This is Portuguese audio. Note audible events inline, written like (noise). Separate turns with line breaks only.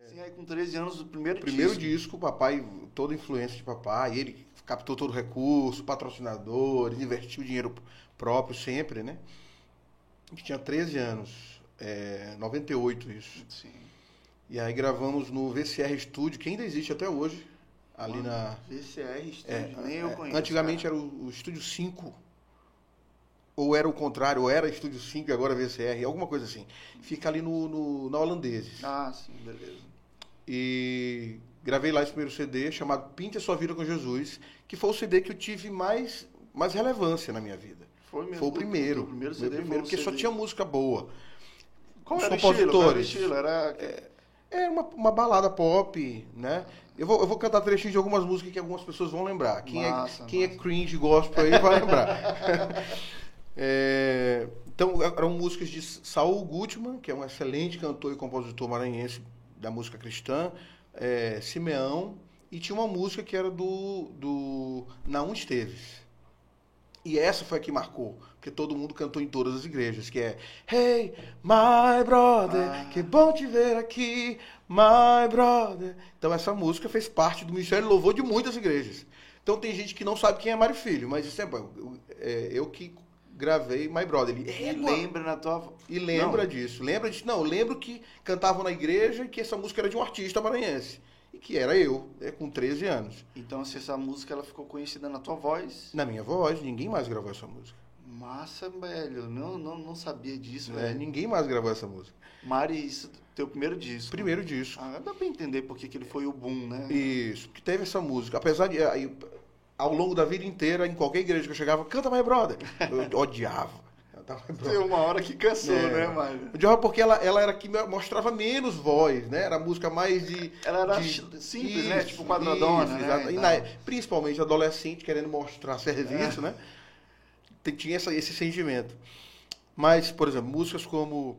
É. Sim, aí com 13 anos, o primeiro,
Primeiro
disco.
disco, papai, toda a influência de papai, ele captou todo o recurso, patrocinadores, investiu dinheiro p- próprio sempre, né? A gente tinha 13 anos, é, 98 isso.
Sim.
E aí gravamos no VCR Studio, que ainda existe até hoje, ali na...
VCR
é,
Studio, nem eu
é,
conheço.
antigamente
cara.
era o, o Estúdio 5, ou era o contrário, ou era Estúdio 5 e agora VCR, alguma coisa assim. Fica ali no, no- na Holandeses.
Ah, sim, beleza.
E gravei lá esse primeiro CD chamado Pinta Sua Vida com Jesus, que foi o CD que eu tive mais, mais relevância na minha vida.
Foi, mesmo
Foi o
do- do
primeiro.
primeiro
Meu
CD foi
primeiro,
o
porque só
CD.
tinha música boa.
Qual
os
era o estilo? Qual era o
compositores.
estilo? Era...
É uma, uma balada pop, né? Eu vou, eu vou cantar trechinhos de algumas músicas que algumas pessoas vão lembrar. Quem,
Massa,
é, quem é
massa.
cringe gospel aí vai lembrar. (laughs) É, então, eram músicas de Saul Gutman, que é um excelente cantor e compositor maranhense da música cristã, é, Simeão, e tinha uma música que era do, do Naum Esteves. E essa foi a que marcou, porque todo mundo cantou em todas as igrejas, que é Hey, my brother,
Ah.
que bom te ver aqui, my brother. Então essa música fez parte do Ministério de Louvor de muitas igrejas. Então tem gente que não sabe quem é Mário Filho, mas isso é, bom. eu, é, eu que gravei My Brother. Ele,
E
É, "Égua!"
lembra na tua...
E lembra
Não.
disso. Lembra disso? Não, eu lembro que cantavam na igreja e que essa música era de um artista maranhense. E que era eu, é, com 13 anos.
Então, assim, essa música ela ficou conhecida na tua voz.
Na minha voz, ninguém mais gravou essa música.
Massa, velho. Não, não, não sabia disso,
né?
velho.
Ninguém mais gravou essa música.
Mari, isso teu primeiro disco.
Primeiro disco.
Ah, dá pra entender porque que ele foi o boom, né?
Isso, porque teve essa música. Apesar de. aí, ao longo da vida inteira, em qualquer igreja que eu chegava, canta My Brother. Eu odiava. Canta My Brother.
Tem uma hora que cansou,
É.
né, Mário?
Eu odiava porque ela, ela era que me- mostrava menos voz, né? Era a música mais de.
Ela era
de-
chi- simples, né?
Isso,
Tipo quadradona,
isso,
né?
exato. E
E
na-
tal. É.
principalmente adolescente querendo mostrar serviço, né? Tem- Tinha essa- esse sentimento. Mas, por exemplo, músicas como